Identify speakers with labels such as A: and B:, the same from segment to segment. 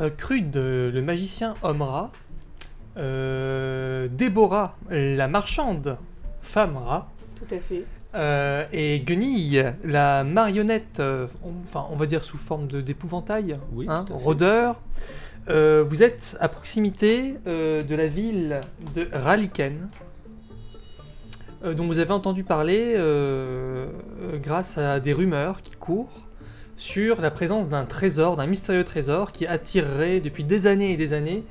A: euh, Crude, euh, le magicien homme-rat, euh, Déborah, la marchande femme-rat,
B: Tout à fait.
A: euh, et Guenille, la marionnette, euh, on- enfin on va dire sous forme de- d'épouvantail,
C: Oui,
A: hein,
C: tout à fait.
A: rôdeur. Euh, vous êtes à proximité euh, de la ville de Raliken, euh, dont vous avez entendu parler euh, euh, grâce à des rumeurs qui courent sur la présence d'un trésor, d'un mystérieux trésor qui attirerait depuis des années et des années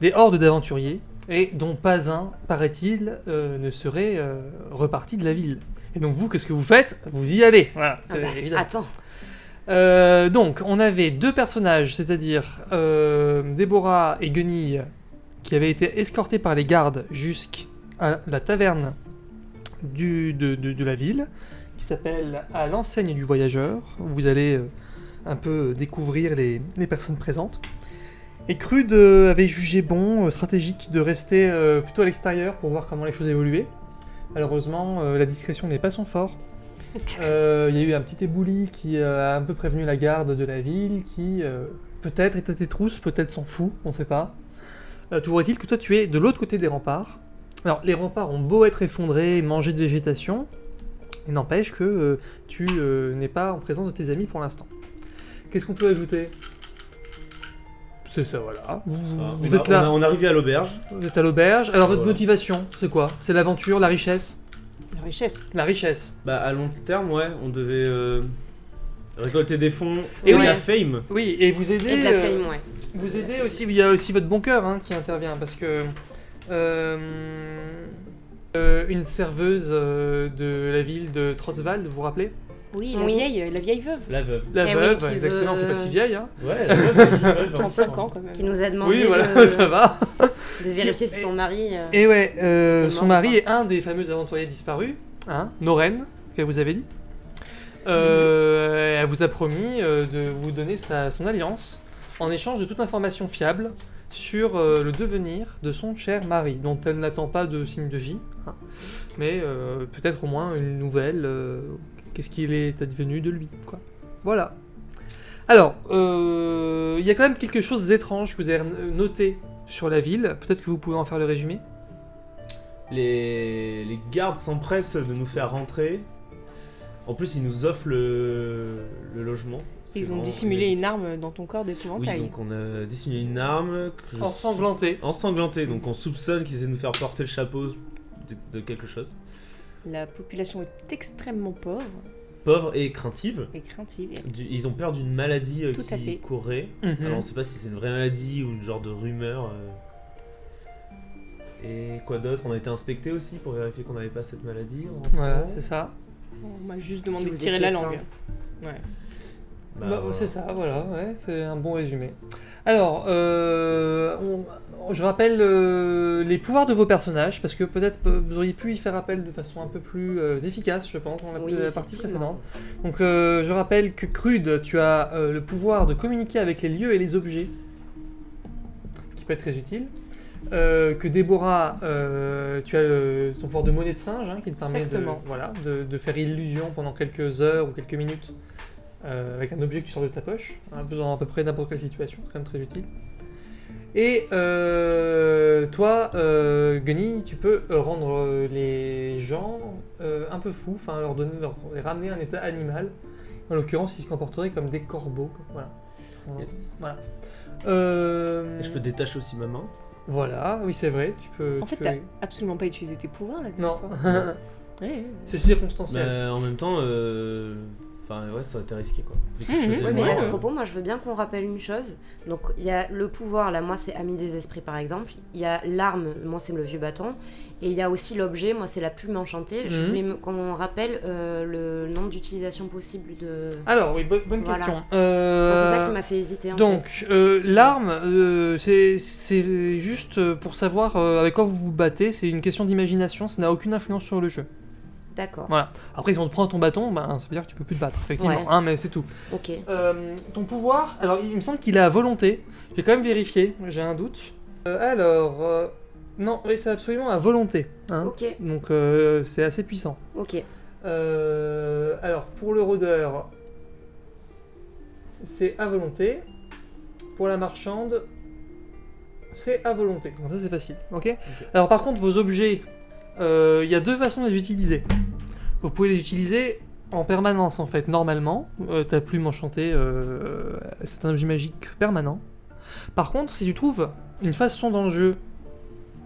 A: des hordes d'aventuriers et dont pas un, paraît-il, euh, ne serait euh, reparti de la ville. Et donc vous, qu'est-ce que vous faites Vous y allez. Voilà,
B: Ah
A: c'est
B: bah,
A: évident.
B: attends.
A: Euh, donc, on avait deux personnages, c'est-à-dire euh, Déborah et Guenille, qui avaient été escortés par les gardes jusqu'à la taverne du- de, de- de la ville, qui s'appelle À l'enseigne du voyageur. où Vous allez euh, un peu découvrir les, les personnes présentes. Et Crude euh, avait jugé bon, euh, stratégique, de rester euh, plutôt à l'extérieur pour voir comment les choses évoluaient. Malheureusement, euh, la discrétion n'est pas son fort. Euh, Il y a eu un petit ébouli qui euh, a un peu prévenu la garde de la ville, qui euh, peut-être est à tes trousses, peut-être s'en fout, on sait pas. Euh, toujours est-il que toi tu es de l'autre côté des remparts. Alors les remparts ont beau être effondrés et mangés de végétation, il n'empêche que euh, tu euh, n'es pas en présence de tes amis pour l'instant. Qu'est-ce qu'on peut ajouter C'est ça, voilà. Vous, vous-
C: Ah,
A: vous
C: on a-
A: êtes là.
C: On, a- on est arrivé à l'auberge.
A: Vous êtes à l'auberge. Alors votre
C: Voilà.
A: motivation, c'est quoi C'est l'aventure, la richesse
B: La richesse.
A: La richesse.
C: Bah, à long terme, ouais, on devait euh, récolter des fonds
A: Et
C: et
A: oui.
C: la fame.
A: Oui, et vous aidez.
B: Et de la
A: euh,
B: fame, ouais.
A: vous aidez aussi. Il y a aussi votre bon cœur hein, qui intervient parce que euh, euh, une serveuse euh, de la ville de Trosvald, vous vous rappelez
D: Oui, la
B: Oui.
D: vieille, la vieille veuve.
C: La veuve.
A: La
B: Eh oui,
A: veuve,
B: qui
A: exactement,
B: veut- euh,
A: qui est pas si vieille. Hein.
C: Ouais, la veuve, la jeune veuve.
D: 35 ans quand même.
B: Qui nous a demandé
A: Oui, voilà,
B: de,
A: ça va.
B: de vérifier si son mari. euh,
A: Et ouais, euh,
B: Il est
A: son
B: mort,
A: mari
B: quoi.
A: est un des fameux aventuriers disparus, hein, Noren, que vous avez dit. Euh, Elle vous a promis euh, de vous donner sa, son alliance en échange de toute information fiable sur euh, le devenir de son cher mari, dont elle n'attend pas de signe de vie, hein, mais euh, peut-être au moins une nouvelle. euh, Qu'est-ce qu'il est advenu de lui, quoi. Voilà. Alors, euh, il y a quand même quelque chose d'étrange que vous avez noté sur la ville. Peut-être que vous pouvez en faire le résumé.
C: Les, les gardes s'empressent de nous faire rentrer. En plus, ils nous offrent le, le logement. C'est
D: Ils ont
C: vraiment-
D: dissimulé une arme dans ton corps
C: Oui,
D: d'épouvantail.
C: donc on a dissimulé une arme. Que je-
A: Ensanglanté.
C: Ensanglantée, donc on soupçonne qu'ils essaient de nous faire porter le chapeau de, de quelque chose.
D: La population est extrêmement pauvre
C: Pauvre et craintive.
D: et craintive.
C: Du- ils ont peur d'une maladie euh,
D: Tout à fait.
C: qui courait.
A: Mhm.
C: Alors on sait pas si c'est une vraie maladie ou une genre de rumeur. euh. Et quoi d'autre On a été inspecté aussi pour vérifier qu'on n'avait pas cette maladie. en rentrant.
A: Voilà, c'est ça.
D: On m'a juste
B: Si
D: demandé
B: vous
D: de tirer la
B: étiez
D: langue.
B: sain.
C: Bah,
A: Bah,
C: voilà.
A: C'est ça, voilà, ouais, c'est un bon résumé. Alors, euh, on- je rappelle euh, les pouvoirs de vos personnages, parce que peut-être euh, vous auriez pu y faire appel de façon un peu plus euh, efficace, je pense, dans la,
B: Oui,
A: la partie
B: effectivement.
A: précédente. Donc, euh, je rappelle que Crude, tu as euh, le pouvoir de communiquer avec les lieux et les objets, qui peut être très utile. Euh, que Déborah, euh, tu as le- ton pouvoir de monnaie de singe, hein, qui te permet de,
D: Exactement.
A: voilà, de, de faire illusion pendant quelques heures ou quelques minutes euh, avec un objet que tu sors de ta poche, un peu dans à peu près n'importe quelle situation, c'est quand même très utile. Et euh, toi, euh, Guenille, tu peux euh, rendre euh, les gens euh, un peu fous, enfin leur donner, leur, les ramener à un état animal. En l'occurrence, ils se comporteraient comme des corbeaux. quoi. Voilà.
C: Yes.
A: Euh,
C: Et je peux détacher aussi ma main.
A: Voilà, oui, c'est vrai. Tu peux.
D: En
A: tu
D: fait,
A: peux-
D: t'as absolument pas utilisé tes pouvoirs la dernière
A: Non,
D: fois. Ouais, ouais.
A: c'est circonstanciel.
C: Bah, en même temps, euh, enfin ouais, ça aurait été risqué quoi. Vu que je
D: Mhm.
C: faisais
B: Ouais,
C: le
B: mais
C: mal,
B: à ce
C: euh,
B: propos, moi je veux bien qu'on rappelle une chose. Donc il y a le pouvoir, là moi c'est Ami des Esprits par exemple. Il y a l'arme, moi c'est le vieux bâton. Et il y a aussi l'objet, moi c'est la plume enchantée. Je
A: Mhm.
B: voulais me- qu'on rappelle euh, le nombre d'utilisations possibles de.
A: Alors, oui, bo- bonne
B: Voilà.
A: question.
B: Moi,
A: Euh,
B: c'est ça qui m'a fait hésiter. En
A: Donc, euh, l'arme, euh, c'est- c'est juste euh, pour savoir euh, avec quoi vous vous battez, c'est une question d'imagination, ça n'a aucune influence sur le jeu.
B: fait. D'accord.
A: Voilà. Après, si on te prend ton bâton, ben, ça veut dire que tu peux plus te battre, effectivement,
B: Ouais.
A: hein, mais c'est tout.
B: Ok.
A: Euh, ton pouvoir, alors il me semble qu'il est à volonté, j'ai quand même vérifié, j'ai un doute. Euh, alors, euh, non, oui, c'est absolument à volonté. hein.
B: Ok.
A: Donc, euh, c'est assez puissant.
B: Ok.
A: Euh, alors, pour le rôdeur, c'est à volonté. Pour la marchande, c'est à volonté. Comme ça, c'est facile. ok Alors, par contre, vos objets, euh, il y a deux façons de les utiliser. Vous pouvez les utiliser en permanence, en fait, normalement. Euh, ta plume enchantée, euh, c'est un objet magique permanent. Par contre, si tu trouves une façon dans le jeu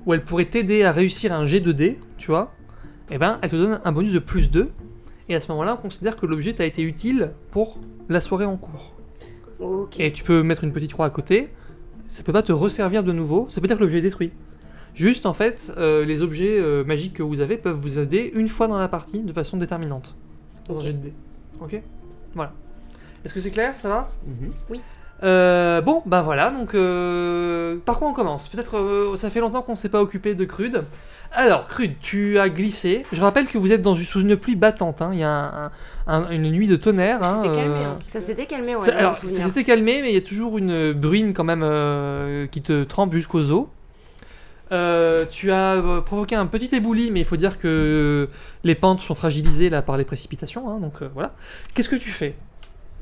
A: où elle pourrait t'aider à réussir un jet de dés, tu vois, eh ben, elle te donne un bonus de plus 2. Et à ce moment-là, on considère que l'objet t'a été utile pour la soirée en cours.
B: Ok.
A: Et tu peux mettre une petite croix à côté. Ça peut pas te resservir de nouveau. Ça peut dire que l'objet est détruit. Juste en fait, euh, les objets euh, magiques que vous avez peuvent vous aider une fois dans la partie de façon déterminante. Dans un
B: Ok.
A: jet de dés. Ok Voilà. Est-ce que c'est clair Ça va
C: Mhm.
A: Euh, bon, ben voilà, donc euh, par quoi on commence Peut-être euh, ça fait longtemps qu'on s'est pas occupé de Crude. Alors, Crude, tu as glissé. Je rappelle que vous êtes dans, une- sous une pluie battante, hein. il y a un- un- une nuit de tonnerre.
D: Ça s'était
A: hein,
D: calmé,
A: euh,
D: hein.
B: Ça s'était calmé, ouais.
A: ça-
B: dans
A: alors,
B: mon
A: ça
B: souvenir.
A: s'était calmé, mais il y a toujours une bruine quand même euh, qui te trempe jusqu'aux os. Euh, tu as euh, provoqué un petit éboulis, mais il faut dire que les pentes sont fragilisées là par les précipitations, hein, donc euh, voilà. Qu'est-ce que tu fais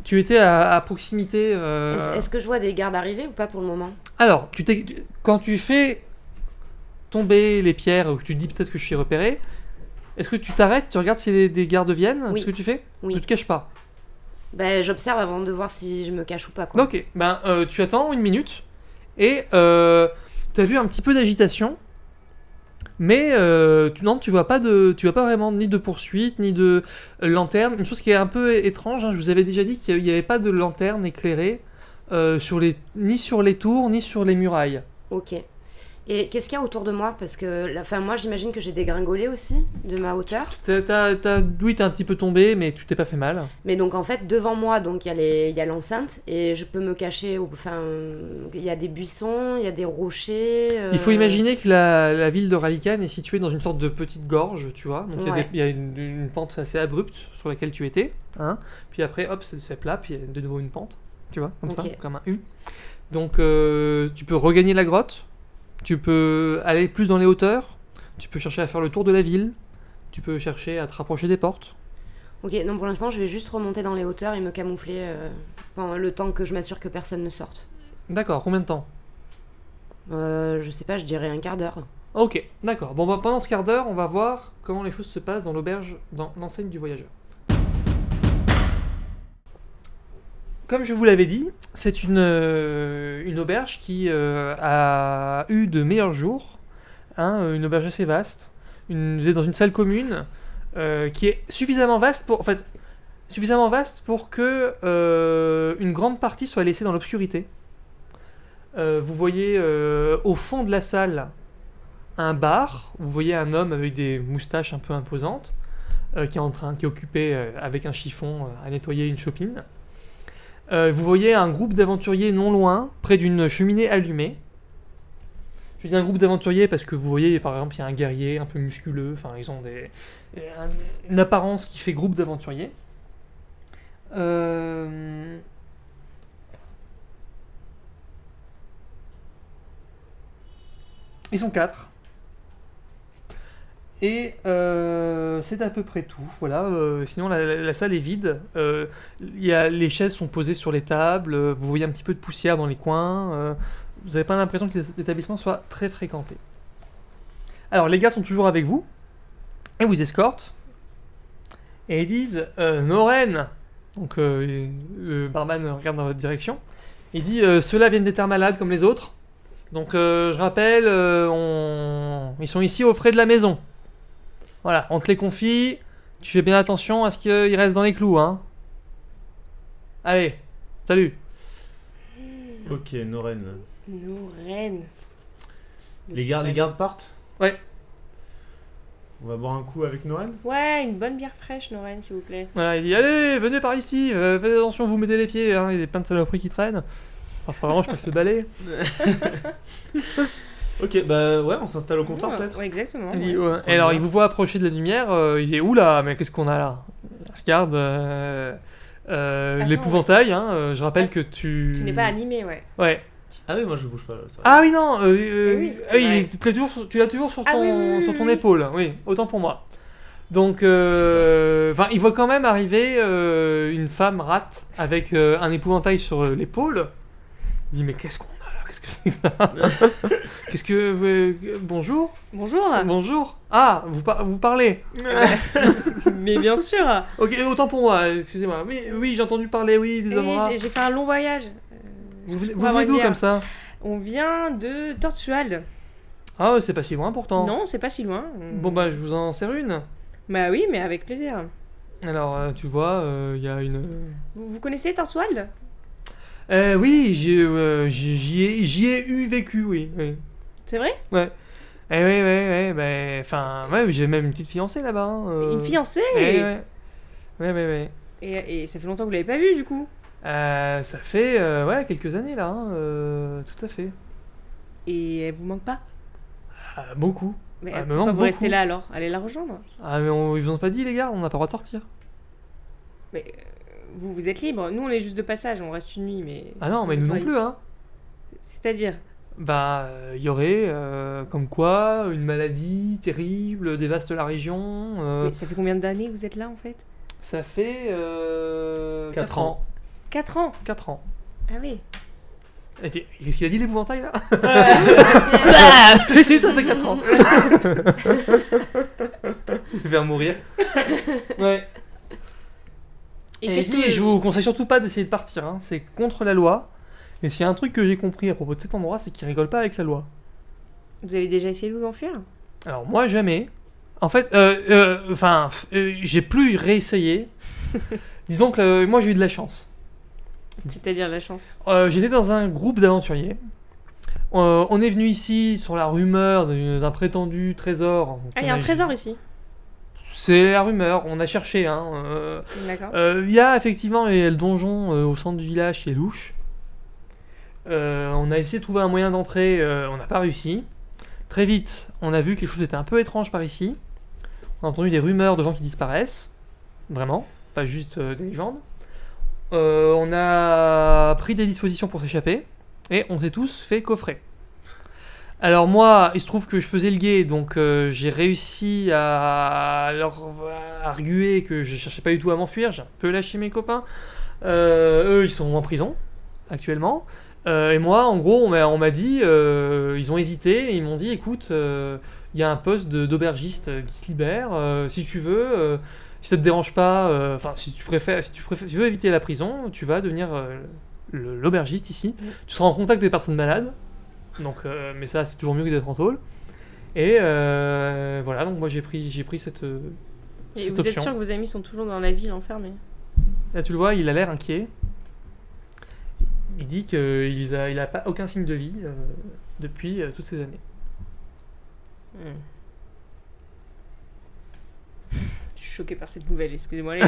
A: Tu étais à, à proximité. euh,
B: Est-ce est-ce que je vois des gardes arriver ou pas pour le moment
A: alors, tu t'es- tu- quand tu fais tomber les pierres ou que tu te dis peut-être que je suis repéré, est-ce que tu t'arrêtes, tu regardes si les- des gardes viennent
B: Oui.
A: Ce que tu fais
B: Oui.
A: Tu te caches pas.
B: Ben, j'observe avant de voir si je me cache ou pas, quoi.
A: Ok, ben euh, tu attends une minute et euh, t'as vu un petit peu d'agitation, mais euh, tu non, tu vois pas de, tu vois pas vraiment ni de poursuite ni de lanterne. Une chose qui est un peu é- étrange, hein, je vous avais déjà dit qu'il n'y avait pas de lanterne éclairée euh, sur les, ni sur les tours ni sur les murailles.
B: Ok. Et qu'est-ce qu'il y a autour de moi Parce que, la- enfin, moi, j'imagine que j'ai dégringolé aussi de ma hauteur.
A: T'as, t'as, t'as- oui, t'es un petit peu tombé, mais tu t'es pas fait mal.
B: Mais donc, en fait, devant moi, donc il y a les- il y a l'enceinte et je peux me cacher. au- Enfin, il y a des buissons, il y a des rochers. euh,
A: Il faut imaginer que la, la ville de Ralican est située dans une sorte de petite gorge, tu vois. Donc il y a,
B: Ouais.
A: des- il y a une, une pente assez abrupte sur laquelle tu étais. Hein. Puis après, hop, c'est, c'est plat, puis il y a de nouveau une pente, tu vois, comme ça,
B: Ok.
A: comme un U. Donc euh, tu peux regagner la grotte, tu peux aller plus dans les hauteurs, tu peux chercher à faire le tour de la ville, tu peux chercher à te rapprocher des portes.
B: Ok, non, pour l'instant, je vais juste remonter dans les hauteurs et me camoufler euh, pendant le temps que je m'assure que personne ne sorte.
A: D'accord, combien de temps
B: Euh, je sais pas, je dirais un quart d'heure.
A: Ok, d'accord. Bon, bah, pendant ce quart d'heure, on va voir comment les choses se passent dans l'auberge, dans l'enseigne du voyageur. Comme je vous l'avais dit, c'est une, euh, une auberge qui euh, a eu de meilleurs jours. hein, une auberge assez vaste. Une, vous êtes dans une salle commune euh, qui est suffisamment vaste pour, en fait, suffisamment vaste pour que euh, une grande partie soit laissée dans l'obscurité. Euh, vous voyez euh, au fond de la salle un bar. Vous voyez un homme avec des moustaches un peu imposantes euh, qui est en train, qui est occupé euh, avec un chiffon euh, à nettoyer une chopine. Euh, vous voyez un groupe d'aventuriers non loin, près d'une cheminée allumée. Je dis un groupe d'aventuriers parce que vous voyez, par exemple, il y a un guerrier un peu musculeux. Enfin, ils ont des, un- une apparence qui fait groupe d'aventuriers. Euh, Ils sont quatre. Et euh, c'est à peu près tout. Voilà. euh, sinon, la, la- la salle est vide. Euh, il y a, les chaises sont posées sur les tables. euh, Vous voyez un petit peu de poussière dans les coins. euh, vous n'avez pas l'impression que l'établissement soit très fréquenté. Alors, les gars sont toujours avec vous. Et vous escortent. Et ils disent euh, Noren Donc, euh, le barman regarde dans votre direction. Il dit euh, Ceux-là viennent des terres malades comme les autres. Donc euh, je rappelle, euh, on- ils sont ici aux frais de la maison. Voilà, on te les confie. Tu fais bien attention à ce qu'ils restent dans les clous, hein. Allez, salut.
C: Ok, Noren.
D: Nos reines.
C: Les gardes, les gardes partent
A: Ouais.
C: On va boire un coup avec Noren
D: Ouais, une bonne bière fraîche, nos reines, s'il vous plaît.
A: Voilà, il dit allez, venez par ici. euh, faites attention, vous mettez les pieds. Hein, il y a des plein de saloperies qui traînent. Enfin, vraiment, je peux se balayer.
C: Ok, bah ouais, on s'installe au comptoir
D: Ouais,
C: peut-être.
D: ouais, exactement.
A: Il dit,
D: ouais.
A: ouais. Et alors, il vous voit approcher de la lumière. euh, il dit Oula, mais qu'est-ce qu'on a là Regarde, euh, euh,
D: Attends,
A: l'épouvantail. hein, euh, je rappelle
D: Ouais.
A: que tu.
D: Tu n'es pas animé, ouais.
A: Ouais.
C: Ah oui, moi je bouge pas. ça va.
A: Ah oui, non, euh, euh,
D: Eh oui,
A: ah
D: c'est
A: oui,
D: vrai.
A: tu l'as toujours, sur- tu l'as toujours sur ton,
D: Ah oui, oui, oui,
A: sur ton
D: oui.
A: épaule, oui, autant pour moi. Donc, euh, enfin, il voit quand même arriver euh, une femme rate avec euh, un épouvantail sur euh, l'épaule. Il dit mais qu'est-ce qu'on a là Qu'est-ce que c'est que ça Qu'est-ce que euh, bonjour
D: Bonjour.
A: Bonjour Ah vous par- vous parlez
D: Mais bien sûr.
A: Ok autant pour moi excusez-moi oui oui j'ai entendu parler oui des
D: Et
A: Amoras.
D: Eh, j'ai- J'ai fait un long voyage. Euh,
A: Vous, vous
D: boire
A: venez
D: une
A: d'où
D: bière.
A: comme ça
D: On vient de Tortual.
A: Ah ouais, c'est pas si loin pourtant.
D: Non, c'est pas si loin.
A: Bon bah je vous en sers une.
D: Bah oui, mais avec plaisir.
A: Alors euh, tu vois euh, il y a une
D: Vous, vous connaissez Tortual
A: Euh, oui, j'y euh, j'y- j'y ai, j'y ai eu vécu, oui. oui.
D: C'est vrai
A: Eh oui, oui, oui, ben, enfin, ouais, j'ai même une petite fiancée là-bas. hein, euh.
D: Une fiancée
A: Eh ouais. Ouais, ouais, ouais.
D: et, et ça fait longtemps que vous l'avez pas vue, du coup.
A: Euh, ça fait, euh, ouais, quelques années là, hein, euh, tout à fait.
D: Et elle vous manque pas
A: Ah, beaucoup.
D: Mais
A: Elle me
D: pourquoi
A: manque
D: vous
A: beaucoup.
D: restez là alors Allez la rejoindre.
A: Ah, mais on, ils vous ont pas dit, les gars, on n'a pas le droit de sortir.
D: Mais euh, vous, vous êtes libre. Nous, on est juste de passage. On reste une nuit, mais.
A: Ah non, mais nous non plus, hein.
D: C'est-à-dire
A: Bah, il y aurait, euh, comme quoi, une maladie terrible dévaste la région. euh,
D: mais Ça fait combien d'années que vous êtes là, en fait
A: Ça fait euh,
C: Quatre
A: 4 ans.
D: 4 ans
A: 4 ans.
D: Ah oui.
A: Et t'es- Qu'est-ce qu'il a dit l'épouvantail là
B: Bah,
A: Si, si, ça fait 4 ans. Vers mourir. Ouais.
D: Et,
A: Et,
D: qu'est-ce
A: oui,
D: que.
A: je vous conseille surtout pas d'essayer de partir, hein. c'est contre la loi. Et s'il y a un truc que j'ai compris à propos de cet endroit, c'est qu'ils rigolent pas avec la loi.
D: Vous avez déjà essayé de vous enfuir
A: Alors moi, jamais. En fait, euh, euh, enfin, euh, j'ai plus réessayé. Disons que euh, moi, j'ai eu de la chance.
D: C'est-à-dire la chance.
A: Euh, J'étais dans un groupe d'aventuriers. Euh, on est venu ici sur la rumeur d'une- d'un prétendu trésor.
D: Ah, il y a un trésor ici.
A: C'est la rumeur, on a cherché. Hein. euh,
D: D'accord.
A: Euh, Il y a effectivement et le donjon euh, au centre du village qui est louche. Euh, on a essayé de trouver un moyen d'entrer, euh, on n'a pas réussi. Très vite, on a vu que les choses étaient un peu étranges par ici. On a entendu des rumeurs de gens qui disparaissent, vraiment, pas juste euh, des légendes. Euh, on a pris des dispositions pour s'échapper et on s'est tous fait coffrer. Alors moi, il se trouve que je faisais le guet, donc euh, j'ai réussi à leur arguer que je cherchais pas du tout à m'enfuir, j'ai un peu lâché mes copains. Euh, eux, ils sont en prison, actuellement. Euh, et moi, en gros, on m'a on m'a dit, euh, ils ont hésité, et ils m'ont dit, écoute, euh, il y a un poste de- d'aubergiste euh, qui se libère, euh, si tu veux, euh, si ça te dérange pas, euh, enfin, si tu préfères, si tu préfères, si tu veux éviter la prison, tu vas devenir euh, le- l'aubergiste ici. Tu seras en contact des personnes malades, donc, euh, mais ça, c'est toujours mieux que d'être en tôle. Et euh, voilà, donc moi j'ai pris, j'ai pris cette, euh,
D: Et
A: cette
D: vous êtes
A: option.
D: sûr que vos amis sont toujours dans la ville enfermés
A: Là, ah, tu le vois, il a l'air inquiet. Il dit qu'il n'a il a pas aucun signe de vie euh, depuis euh, toutes ces années.
D: Hmm. Je suis choquée par cette nouvelle, excusez-moi. les-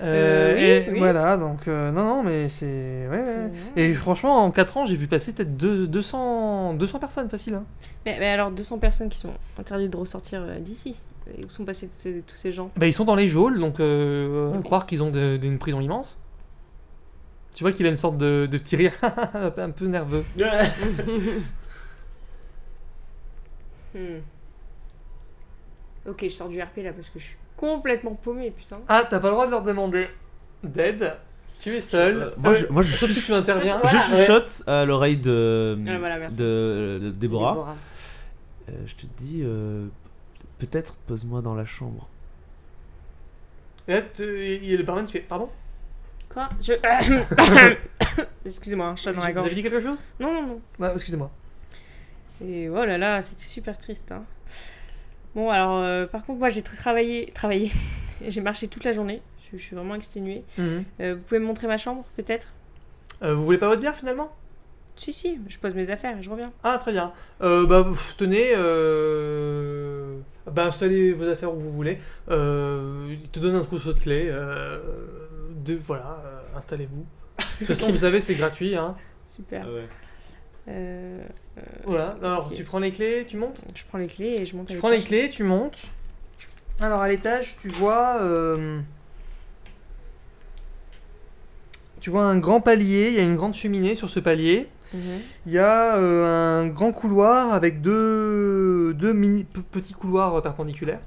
D: Euh, oui,
A: et
D: oui.
A: Voilà, donc euh, non, non, mais c'est. ouais, ouais. Et franchement, en 4 ans, j'ai vu passer peut-être deux- 200, 200 personnes, facile. hein.
D: Mais, mais alors, 200 personnes qui sont interdites de ressortir euh, d'ici. Et Où sont passés tous ces, tous ces gens
A: Bah, ils sont dans les geôles, donc euh, à croire qu'ils ont de- de- une prison immense. Tu vois qu'il a une sorte de, de petit rire un peu nerveux.
D: Hmm. Ok, je sors du RP là parce que je suis complètement paumée, putain.
A: Ah, t'as pas le droit de leur demander d'aide. Tu es seul.
C: Euh,
A: Euh,
E: Moi, je, moi, je,
A: Sauf si tu interviens.
B: Voilà,
E: je chuchote à l'oreille de,
A: Hmm.
D: Ah, voilà, merci.
E: de, de Déborah.
B: Déborah.
E: Euh, je te dis, euh, peut-être pose-moi dans la chambre.
A: Et là, tu- il y a le barman qui fait Pardon
D: Quoi Je. Excusez-moi, un chat dans la
A: Vous avez
D: gorge.
A: dit quelque chose
D: Non, non, non.
A: Non, excusez-moi.
D: Et oh là là, c'était super triste. hein. Bon, alors, euh, par contre, moi j'ai très travaillé. travaillé. j'ai marché toute la journée. Je, je suis vraiment exténuée. Euh, vous pouvez me montrer ma chambre, peut-être
A: Mhm. Euh, vous voulez pas votre bière finalement
D: Si, si, je pose mes affaires et je reviens.
A: Ah, très bien. Euh, bah, pff, tenez, euh... bah, installez vos affaires où vous voulez. Euh, il te donne un trousseau de clés. Euh... de- Voilà, euh, installez-vous. De toute façon, vous savez, c'est gratuit. Hein.
D: Super.
C: Ah ouais.
D: Euh, euh,
A: Voilà, alors
D: ok.
A: tu prends les clés, tu montes
D: Je prends les clés et je monte à
A: Tu prends les
D: l'étage.
A: clés, tu montes. Alors à l'étage, tu vois. euh, Tu vois un grand palier, il y a une grande cheminée sur ce palier.
D: Mhm.
A: Il y a euh, un grand couloir avec deux, deux mini, pe- petits couloirs perpendiculaires.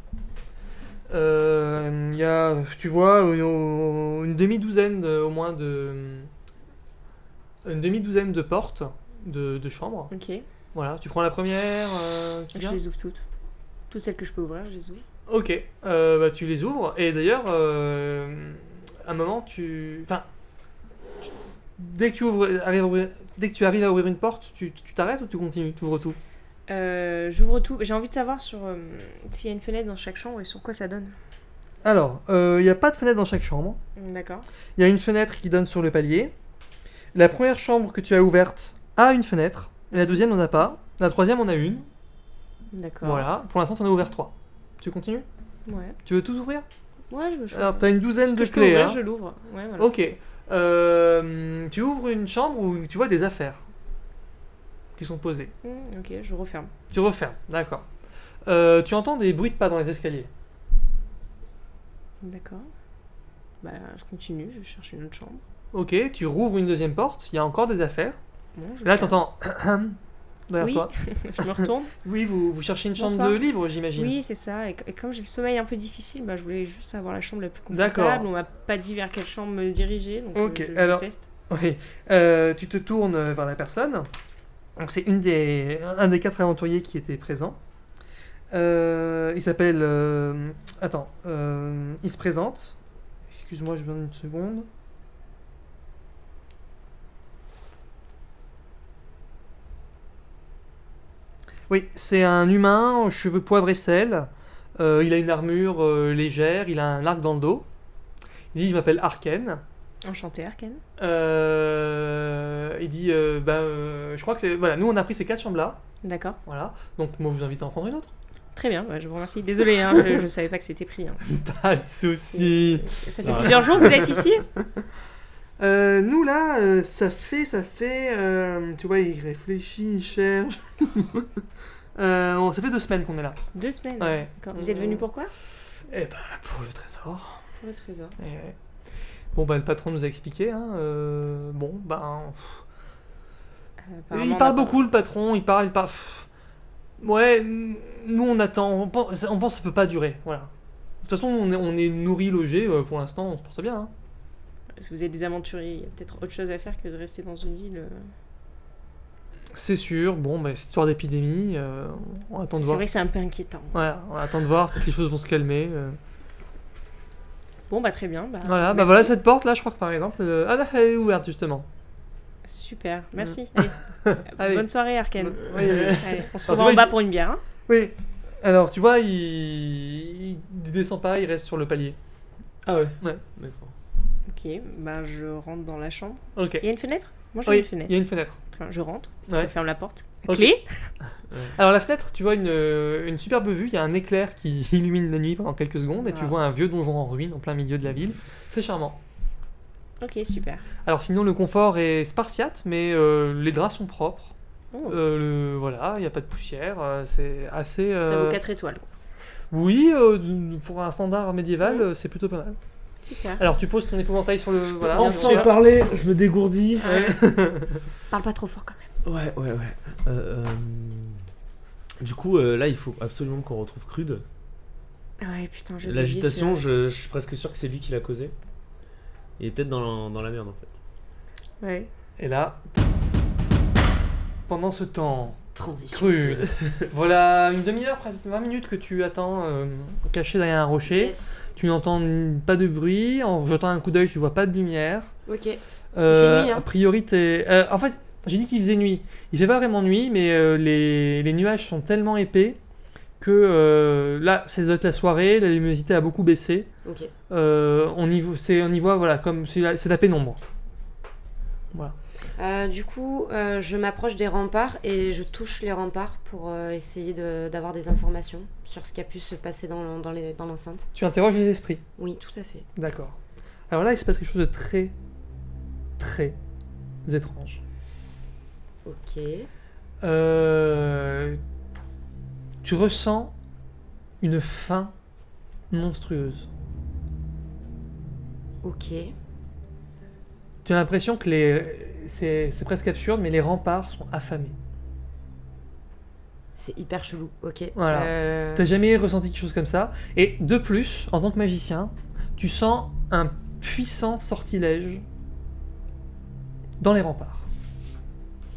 A: Euh, Il y a, tu vois, une, une demi-douzaine de- au moins de. Une demi-douzaine de portes de, de chambres.
D: Ok.
A: Voilà, tu prends la première. euh, qui
D: Ah, Je
A: vient
D: les ouvre toutes. Toutes celles que je peux ouvrir, je les ouvre.
A: Ok, euh, bah, tu les ouvres et d'ailleurs, euh, à un moment, tu. Enfin, tu- dès, que tu ouvres, arrives à ouvrir- dès que tu arrives à ouvrir une porte, tu tu t'arrêtes ou tu continues Tu ouvres tout
D: Euh, J'ouvre tout. J'ai envie de savoir sur euh, s'il y a une fenêtre dans chaque chambre et sur quoi ça donne.
A: Alors, il n'y a pas de fenêtre dans chaque chambre.
D: D'accord.
A: Il y a une fenêtre qui donne sur le palier. La première chambre que tu as ouverte a une fenêtre. Et la deuxième, on n'a pas. La troisième, on a une.
D: D'accord.
A: Voilà, pour l'instant, tu en as ouvert trois. Tu continues
D: Ouais.
A: Tu veux tout ouvrir
D: Ouais, je veux.
A: Alors, tu as une douzaine
D: Ce
A: de
D: que je peux
A: clés.
D: ouvrir,
A: hein.
D: je l'ouvre. Ouais, voilà.
A: Ok. Euh, tu ouvres une chambre où tu vois des affaires qui sont posées.
D: Mm, ok, je referme.
A: Tu refermes, d'accord. Euh, tu entends des bruits de pas dans les escaliers.
D: D'accord. Bah, je continue, je cherche une autre chambre.
A: Ok, tu rouvres une deuxième porte, il y a encore des affaires.
D: Bon, je
A: Là,
D: regarde.
A: t'entends derrière
D: Oui.
A: toi.
D: Je me retourne.
A: Oui, vous, vous cherchez une chambre
D: Bonsoir.
A: de libre, j'imagine.
D: oui, c'est ça. Et, co- et comme j'ai le sommeil un peu difficile, bah, je voulais juste avoir la chambre la plus
A: D'accord.
D: confortable. On m'a pas dit vers quelle chambre me diriger, donc euh,
A: Ok,
D: je, je
A: alors-
D: teste.
A: Oui. Euh, tu te tournes vers la personne. Donc c'est une des, un des quatre aventuriers qui était présent. Euh, il s'appelle. euh, attends. euh, il se présente. Excuse-moi, je donne une seconde. Oui, c'est un humain aux cheveux poivre et sel. Euh, il a une armure euh, légère. Il a un arc dans le dos. Il dit Je m'appelle Arken.
D: Enchanté, Arken.
A: Euh, il dit, euh, bah, euh, je crois que voilà, nous on a pris ces quatre chambres là,
D: D'accord.
A: voilà. Donc moi je vous invite à en prendre une autre.
D: Très bien, bah, je vous remercie. Désolée, hein, je, je savais pas que c'était pris. hein.
A: Pas de souci.
D: Ça fait
C: Ça va.
D: plusieurs jours que vous êtes ici
A: Euh, nous là, euh, ça fait, ça fait, euh, tu vois, il réfléchit, il cherche. Euh, bon, ça fait deux semaines qu'on est là.
D: Deux semaines.
A: Ouais.
D: D'accord. Vous êtes venu pourquoi
A: Eh ben pour le trésor.
D: Pour le trésor.
A: Eh ouais. Bon bah le patron nous a expliqué. Hein, euh, bon ben Il parle beaucoup, le patron, il parle, il parle. Pff. Ouais, n- nous on attend, on pense, on pense que ça peut pas durer, voilà. De toute façon, on est, on est nourri, logé, euh, pour l'instant, on se porte bien. hein.
D: Si vous êtes des aventuriers, il y a peut-être autre chose à faire que de rester dans une ville. euh.
A: C'est sûr, bon, bah, cette histoire d'épidémie, euh, on attend de
D: C'est
A: voir.
D: vrai que c'est un peu inquiétant.
A: Voilà, on attend de voir, peut-être que les choses vont se calmer. euh.
D: Bon, bah très bien. Bah,
A: voilà, bah
D: merci.
A: voilà cette porte là, je crois que par exemple. euh, Ah, elle est ouverte justement.
D: Super, merci.
A: Allez.
D: Allez. Bonne soirée, Arken.
A: Bonne- Oui, Ah, oui.
D: Allez, on
A: Alors,
D: se
A: tu
D: revoit
A: vois,
D: en bas
A: il-
D: pour une bière. hein.
A: Oui, alors tu vois, il... il descend pas, il reste sur le palier.
C: Ah ouais.
A: Ouais.
C: D'accord.
D: Ok, bah je rentre dans la chambre.
A: Ok.
D: Il y a une fenêtre Moi, j'ai
A: Oui,
D: une fenêtre.
A: Il y a une fenêtre.
D: Très bien, Je rentre,
A: Ouais.
D: je ferme la porte.
A: Ok.
D: Clé
A: Alors la fenêtre, tu vois une, euh, une superbe vue, il y a un éclair qui illumine la nuit pendant quelques secondes et tu
D: Ah.
A: vois un vieux donjon en ruine en plein milieu de la ville. C'est charmant.
D: Ok, super.
A: Alors sinon le confort est spartiate mais euh, les draps sont propres.
D: Oh,
A: Euh, le- voilà, il n'y a pas de poussière, euh, c'est assez...
D: Ça
A: euh,
D: vaut 4 étoiles. quoi.
A: Oui, euh, pour un standard médiéval,
D: Mhm.
A: euh, c'est plutôt pas mal.
D: Super.
A: Alors tu poses ton épouvantail sur le... voilà,
D: bien
A: sur
D: sûr.
A: la-
E: parler, je me dégourdis.
D: Parle pas trop fort quand même.
E: Ouais, ouais, ouais. Euh, euh, Du coup, euh, là, il faut absolument qu'on retrouve Crude.
D: Ah Ouais, putain, j'ai oublié
E: L'agitation, je, je suis presque sûr que c'est lui qui l'a causée. Il est peut-être dans, la- dans la merde en fait.
D: celui-là. Ouais.
A: Et là... Pendant ce temps...
B: Transition.
A: Crude. voilà une demi-heure, presque 20 minutes que tu attends euh, caché derrière un rocher.
B: Yes.
A: Tu n'entends n- pas de bruit. En jetant un coup d'œil, tu vois pas de lumière.
B: Ok.
A: Euh,
B: Il fait nuit, hein.
A: A priori, t'es- euh, en fait, j'ai dit qu'il faisait nuit. Il fait pas vraiment nuit, mais euh, les, les nuages sont tellement épais que euh, là, c'est doit être la soirée. La luminosité a beaucoup baissé.
B: Ok.
A: Euh, on y voit, c'est- on y voit, voilà, comme c'est la, c'est la pénombre.
B: Euh, du coup, euh, je m'approche des remparts et je touche les remparts pour euh, essayer de- d'avoir des informations sur ce qui a pu se passer dans l'en- dans les- dans l'enceinte.
A: Tu interroges les esprits.
B: oui, tout à fait.
A: D'accord. Alors là, il se passe quelque chose de très, très étrange.
B: Ok.
A: Euh, tu ressens une faim monstrueuse.
B: Ok.
A: Tu as l'impression que les. C'est c'est presque absurde, mais les remparts sont affamés.
B: c'est hyper chelou, ok
A: Voilà.
B: Euh,
A: T'as jamais ressenti quelque chose comme ça. Et de plus, en tant que magicien, tu sens un puissant sortilège dans les remparts.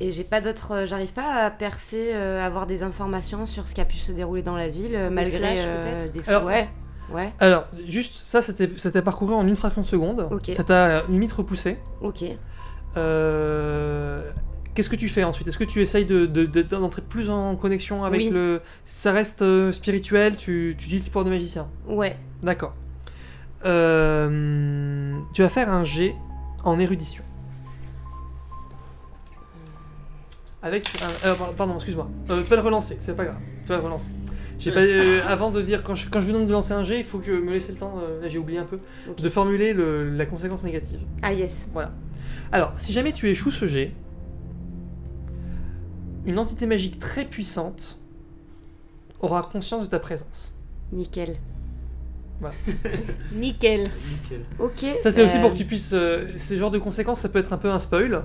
B: Et j'ai pas d'autres. euh, J'arrive pas à percer, euh, avoir des informations sur ce qui a pu se dérouler dans la ville, euh,
D: Des
B: malgré
D: flashs,
B: euh, des
A: Alors-
B: Ouais, ouais,
A: Alors, juste ça, c'était ça t'a parcouru en une fraction de seconde.
B: Ok.
A: Ça t'a limite repoussé.
B: ok.
A: Euh, Qu'est-ce que tu fais ensuite Est-ce que tu essayes d'entrer de, de- d'entrer plus en connexion avec
B: Oui.
A: le... Ça reste euh, spirituel, tu, tu utilises tes pouvoirs de magicien.
B: Ouais,
A: D'accord. Euh, tu vas faire un jet en érudition. Avec. un- euh, par- pardon, excuse-moi. Euh, tu vas le relancer, c'est pas grave. Tu vas le relancer. J'ai pas, euh, avant de dire, quand je, quand je vous demande de lancer un jet, il faut que je me laisse le temps, euh, là j'ai oublié un peu,
B: Ok.
A: de formuler le- la conséquence négative.
B: ah yes.
A: Alors, si jamais tu échoues ce jet, une entité magique très puissante aura conscience de ta présence.
B: Nickel.
D: Nickel.
C: Nickel.
B: Ok.
A: Ça, c'est aussi
B: euh,
A: pour que tu puisses. euh, ces genres de conséquences, ça peut être un peu un spoil,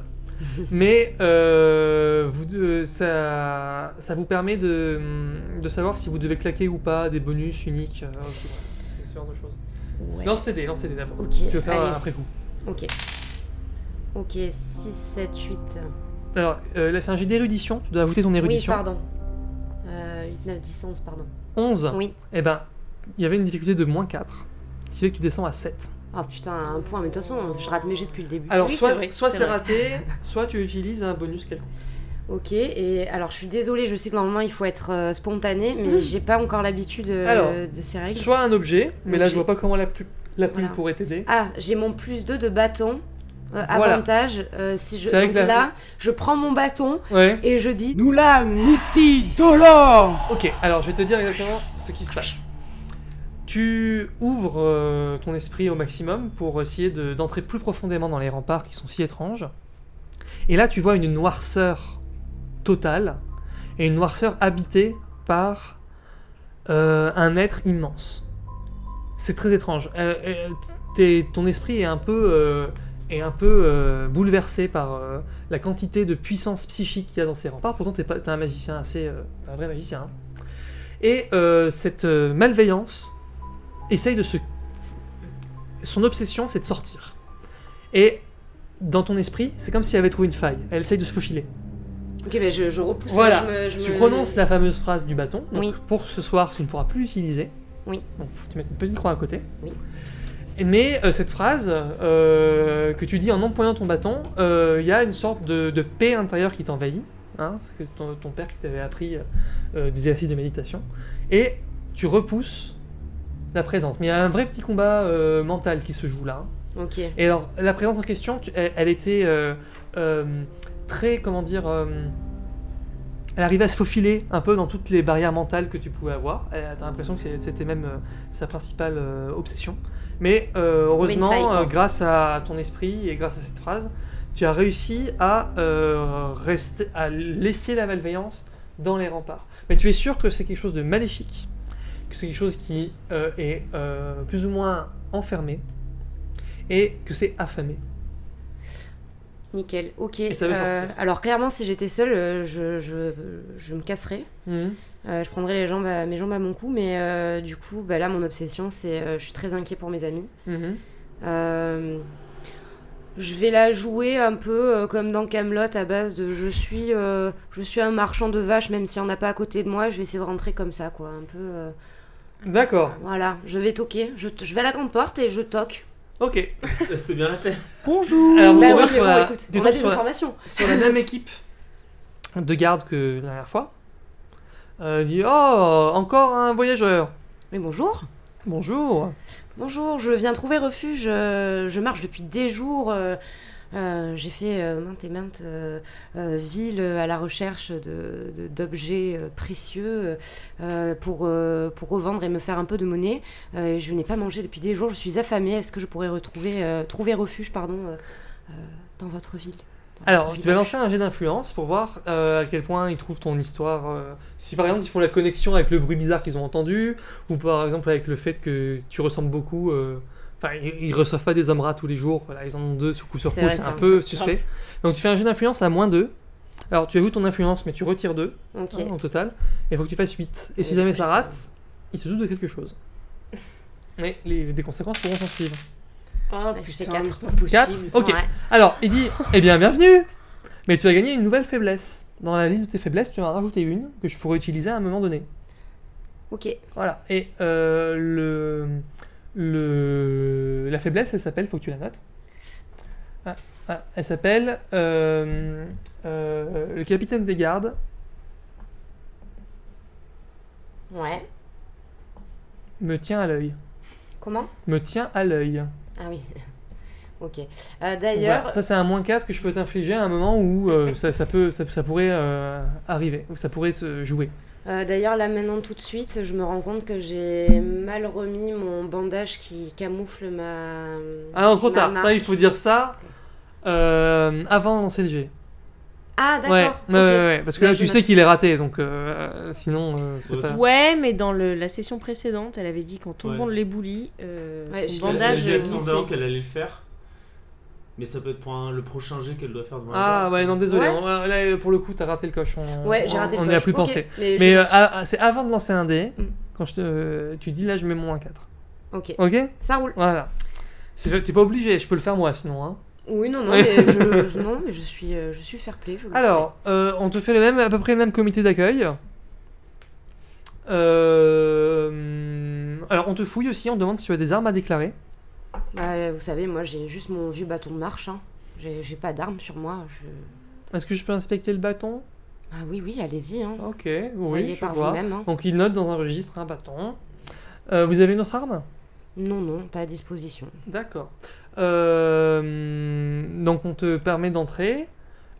A: mais euh, vous, deux, ça, ça vous permet de, hum, de savoir si vous devez claquer ou pas des bonus uniques. euh, aussi. C'est ce genre de choses.
B: Euh, ouais.
A: Lance tes dés, lance tes dés d'abord.
B: Ok,
A: Tu veux faire euh,
B: allez.
A: un après coup.
B: Ok. Ok, 6, 7, 8.
A: Alors, euh, là, c'est un jet d'érudition, tu dois ajouter ton
B: Oui,
A: érudition.
B: pardon. Euh, 8, 9, 10, 11, pardon.
A: 11,
B: Oui.
A: eh ben, il y avait une difficulté de moins 4, ce qui fait que tu descends à 7.
B: Ah putain, un point, mais de toute façon, je rate mes jets depuis le début.
A: Alors,
D: Oui,
A: soit
D: c'est vrai,
A: soit
D: c'est
A: c'est
D: vrai.
A: raté, soit tu utilises un bonus quelconque.
B: Ok, et alors je suis désolée, je sais que normalement il faut être euh, spontané, mais j'ai pas encore l'habitude euh,
A: Mhm. Alors,
B: de ces règles.
A: Soit un objet, mais là, je
B: Objet.
A: vois pas comment la plume, la plume
B: Voilà.
A: pourrait t'aider.
B: Ah, j'ai mon plus 2 de bâton. euh,
A: Voilà.
B: Avantage, euh, si je.
A: C'est avec
B: donc
A: la-
B: là, je prends mon bâton
A: Ouais.
B: et je dis.
F: Nous l'âmes ici, Dolor
A: Ok, alors je vais te dire exactement ce qui se passe. Tu ouvres euh, ton esprit au maximum pour essayer de- d'entrer plus profondément dans les remparts qui sont si étranges. Et là, tu vois une noirceur totale et une noirceur habitée par euh, un être immense. C'est très étrange. Euh, euh, t'es- ton esprit est un peu, euh, est un peu euh, bouleversé par euh, la quantité de puissance psychique qu'il y a dans ces remparts. Pourtant, t'es pas- t'es un magicien assez, euh, t'es un vrai magicien. hein. Et euh, cette euh, malveillance essaye de se. Son obsession, c'est de sortir. Et dans ton esprit, c'est comme si elle avait trouvé une faille. Elle essaye de se faufiler.
B: Ok, mais je, je repousse.
A: Voilà.
B: je me- je
A: Tu
B: me-
A: prononces la fameuse phrase du bâton. Donc
B: Oui.
A: Pour ce soir, tu ne pourras plus l'utiliser.
B: Oui.
A: Donc faut que tu mettes une petite croix à côté.
B: Oui.
A: Et- Mais euh, cette phrase euh, que tu dis en empoignant ton bâton, euh, il y a une sorte de, de paix intérieure qui t'envahit. hein, c'est que c'est ton, ton père qui t'avait appris euh, euh, des exercices de méditation. Et tu repousses la présence. Mais il y a un vrai petit combat euh, mental qui se joue là. hein.
B: Ok.
A: Et alors, la présence en question, tu- elle, elle était euh, euh, très, comment dire, euh, elle arrivait à se faufiler un peu dans toutes les barrières mentales que tu pouvais avoir. Elle- T'as l'impression que c'est- c'était même euh, sa principale euh, obsession. Mais euh, heureusement,
B: faille, quoi.
A: euh, grâce à ton esprit et grâce à cette phrase, tu as réussi à euh, rester, à laisser la malveillance dans les remparts. Mais tu es sûr que c'est quelque chose de maléfique, que c'est quelque chose qui euh, est euh, plus ou moins enfermé et que c'est affamé.
B: Nickel, ok.
A: ça veut
B: euh,
A: sortir.
B: alors clairement, si j'étais seule, euh, je, je, je me casserais.
A: Mhm.
B: Euh, je prendrais les jambes à- mes jambes à mon cou, mais euh, du coup, bah, là, mon obsession, c'est euh, je suis très inquiet pour mes amis.
A: Mhm.
B: Euh, je vais la jouer un peu euh, comme dans Camelot à base de je suis, euh, je suis un marchand de vaches, même s'il n'y en a pas à côté de moi, je vais essayer de rentrer comme ça, quoi. Un peu. euh,
A: D'accord,
B: voilà, je vais toquer, je, je vais à la grande porte et je toque.
A: ok.
C: C'était c'était bien la peine.
D: Bonjour.
A: Alors, vous
B: Bah
A: tombez
B: oui,
A: sur
B: mais
A: la-
B: bon, écoute,
A: tu
B: on a
A: tombes
B: des
A: sur la-
B: informations.
A: sur la même équipe de garde que la dernière fois. Euh, elle dit Oh, encore un voyageur.
B: Mais bonjour.
A: Bonjour.
B: Bonjour, je viens trouver refuge. euh, je marche depuis des jours. euh, euh, J'ai fait euh, maintes et maintes euh, euh, villes à la recherche de- de- d'objets euh, précieux euh, pour, euh, pour revendre et me faire un peu de monnaie. Euh, et je n'ai pas mangé depuis des jours, je suis affamée. Est-ce que je pourrais retrouver, euh, trouver refuge pardon, euh, euh, dans votre ville dans
A: Alors,
B: votre
A: tu vas
B: village
A: lancer un jet d'influence pour voir euh, à quel point ils trouvent ton histoire. euh, si par exemple ils font la connexion avec le bruit bizarre qu'ils ont entendu, ou par exemple avec le fait que tu ressembles beaucoup. euh, Enfin, ils ils reçoivent pas des hommes rats tous les jours. Voilà, ils en ont deux sur coup sur
B: C'est
A: coup,
B: vrai,
A: c'est
B: c'est
A: un
B: un
A: peu suspect. Donc tu fais un jet d'influence à moins 2. Alors, tu ajoutes ton influence, mais tu retires 2
B: Ok.
A: en Ah, total. Et il faut que tu fasses 8. Et si
B: Et
A: jamais
B: je-
A: ça rate, il se doute de quelque chose. Mais les, des conséquences pourront s'en suivre.
D: Oh
B: Ouais, je fais
D: putain,
B: quatre.
D: c'est pas possible.
A: Quatre Ok.
B: Ouais.
A: Alors, il dit Eh bien, bienvenue Mais tu as gagné une nouvelle faiblesse. Dans la liste de tes faiblesses, tu en as rajouté une que je pourrais utiliser à un moment donné.
B: Ok.
A: Voilà. Et euh, le, le, la faiblesse, elle s'appelle, faut que tu la notes. Ah, ah, elle s'appelle euh, euh, le capitaine des gardes.
B: Ouais.
A: Me tient à l'œil.
B: Comment
A: Me tient à l'œil.
B: Ah oui. Ok. Euh,
A: Voilà.
B: D'ailleurs,
A: Ça, c'est un moins 4 que je peux t'infliger à un moment où euh, ça, ça peut, ça, ça pourrait euh, arriver, où ça pourrait se jouer.
B: euh, d'ailleurs, là maintenant tout de suite, je me rends compte que j'ai mal remis mon bandage qui camoufle ma.
A: Ah non, trop
B: ma
A: tard. Ça,
B: marque.
A: il faut dire ça euh, avant de lancer le jet.
B: Ah
A: Ouais,
B: d'accord.
A: ouais, ouais, ouais, parce que là,
B: Vas-y,
A: tu sais
B: note.
A: qu'il est raté, donc euh, sinon, euh, c'est
C: Ouais.
A: pas.
D: Ouais, mais dans le- la session précédente, elle avait dit qu'en tombant
C: Ouais.
D: de l'éboulis, euh, son
B: Ouais, je-
C: Elle a
D: bandage.
C: dit à
D: glissait.
C: Sandown qu'elle allait le faire. Mais ça peut être pour un- le prochain jet qu'elle doit faire devant la
A: Ah
C: glace.
A: ouais, non, désolé.
B: Ouais.
A: on- euh, là, euh, pour le coup, t'as raté le coche. On,
B: Ouais, j'ai
A: on-
B: raté le
A: On n'y a
B: coche.
A: plus
B: Ok,
A: pensé.
B: Mais, je-
A: Mais euh, à- à- c'est avant de lancer un dé,
B: Mm.
A: quand je te, euh, tu dis là, je mets mon 1-4.
B: ok,
A: Ok
B: ça roule.
A: Voilà. C'est vrai que T'es pas obligé, je peux le faire moi sinon. hein.
B: Oui, non, non,
A: Ouais.
B: mais je, je- non, mais je suis, euh, je suis fair play. je le
A: Alors, euh, on te fait le même, à peu près le même comité d'accueil. Euh, Alors, on te fouille aussi, on te demande si tu as des armes à déclarer.
B: fais. Bah, vous savez, moi, j'ai juste mon vieux bâton de marche. Hein. J'ai j'ai pas d'arme sur moi. Je...
A: Est-ce que je peux inspecter le bâton
B: Ah oui, oui, allez-y. Hein.
A: Ok, oui,
B: Voyez
A: je
B: par
A: vois.
B: vous-même. hein.
A: Donc, il note dans un registre un bâton. Euh, vous avez une autre arme
B: Non, non, pas à disposition.
A: D'accord. Euh, donc on te permet d'entrer.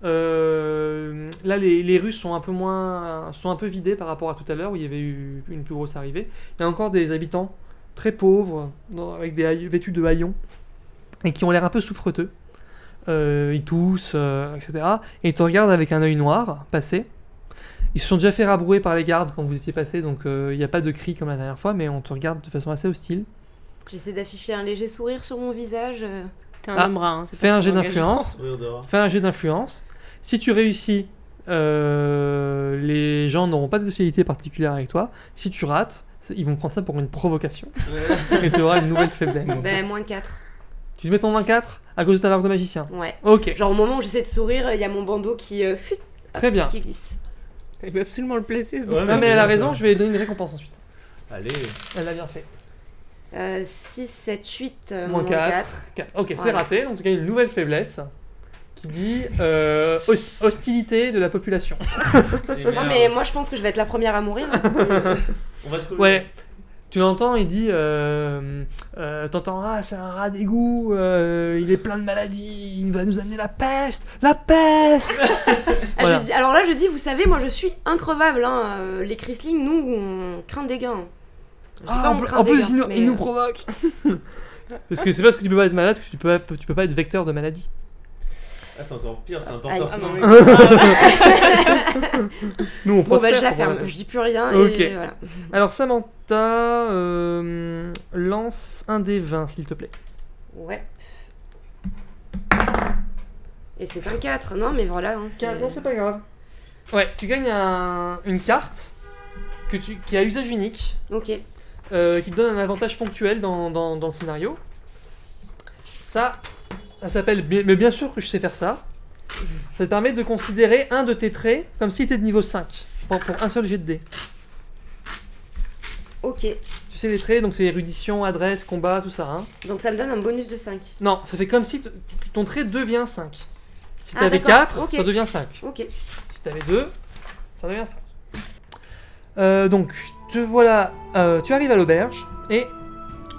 A: Euh, là, les, les rues sont un peu moins, sont un peu vidées par rapport à tout à l'heure où il y avait eu une plus grosse arrivée. Il y a encore des habitants très pauvres, dans- avec des haillons- vêtus de haillons et qui ont l'air un peu souffreteux. Euh, ils toussent, euh, etc. Et ils te regardent avec un œil noir passer. Ils se sont déjà fait rabrouer par les gardes quand vous étiez passé, donc euh, il n'y a pas de cri comme la dernière fois, mais on te regarde de façon assez hostile.
B: J'essaie d'afficher un léger sourire sur mon visage. euh.
D: T'es un
A: Ah.
D: homme rat, hein, c'est
A: Fais
D: pas
A: un jet
D: engageant.
A: d'influence.
C: Sourire de rat.
A: Fais un jet d'influence. Si tu réussis, euh, les gens n'auront pas de socialité particulière avec toi. Si tu rates, c'est- ils vont prendre ça pour une provocation. et tu auras une nouvelle faiblesse.
B: Ben, moins 4.
A: tu te mets ton 24 à cause de ta barbe de magicien.
B: Ouais.
A: Ok,
B: Genre, au moment où j'essaie de sourire, il y a mon bandeau qui, euh, fut,
A: très bien.
B: qui glisse.
D: Il veut absolument le placer, ce
C: Ouais,
A: Non
D: bandage.
A: mais
C: c'est
A: elle a
C: bien,
A: raison,
C: ça.
A: je vais lui donner une récompense ensuite.
C: Allez,
A: Elle l'a bien fait.
B: 6, 7, 8,
A: Moins
B: euh, moins
A: 4.
B: 4.
A: Quatre. Ok, c'est
B: Voilà.
A: raté, donc tu gagnes une nouvelle faiblesse qui dit euh, host- hostilité de la population.
C: Et
B: Non,
C: merde.
B: Ah, mais moi, je pense que je vais être la première à mourir. hein.
C: on va te sauver.
A: Ouais. Tu l'entends, il dit euh, euh, T'entends, ah, c'est un rat d'égout, euh, il est plein de maladies, il va nous amener la peste La peste
B: Ah,
A: Voilà.
B: je dis- alors là, je dis, vous savez, moi, je suis increvable. hein. Euh, Les Chrisling, nous, on craint des gains. Je dis
A: Ah,
B: pas,
A: En
B: on
A: plus,
B: craint
A: en
B: des
A: plus,
B: gains,
A: il nous,
B: mais,
A: il nous
B: euh,
A: provoque Parce que c'est parce que tu peux pas être malade que tu peux pas, tu peux pas être vecteur de maladie.
C: Ah, c'est encore pire, c'est un
B: Aïe.
C: porteur
D: Ah,
C: sain.
D: non, mais-
A: Nous, on
B: Bon, bah,
A: prospère
B: je la
A: pour
B: ferme.
A: maladie.
B: Je dis plus rien.
A: Ok.
B: Et voilà.
A: Alors, Samantha, euh, lance un des 20, s'il te plaît.
B: Ouais. Et c'est un 4. Non, mais voilà. hein, c'est-
A: Eh pas grave. Ouais, tu gagnes un- une carte que tu, qui a usage unique.
B: Ok.
A: euh, qui te donne un avantage ponctuel dans, dans- dans le scénario. Ça, ça s'appelle. bi- Mais bien sûr que je sais faire ça. Ça te permet de considérer un de tes traits comme s'il était de niveau 5 pour, pour un seul jet de dés.
B: Ok.
A: Tu sais les traits, donc c'est érudition, adresse, combat, tout ça. hein.
B: Donc ça me donne un bonus de 5.
A: Non, ça fait comme si t- ton trait devient 5. Si
B: Ah,
A: t'avais
B: d'accord,
A: 4,
B: ok.
A: ça devient 5.
B: Ok.
A: Si t'avais 2, ça devient 5. Euh, donc, te voilà, euh, tu arrives à l'auberge et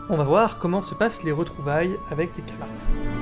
A: on va voir comment se passent les retrouvailles avec tes camarades.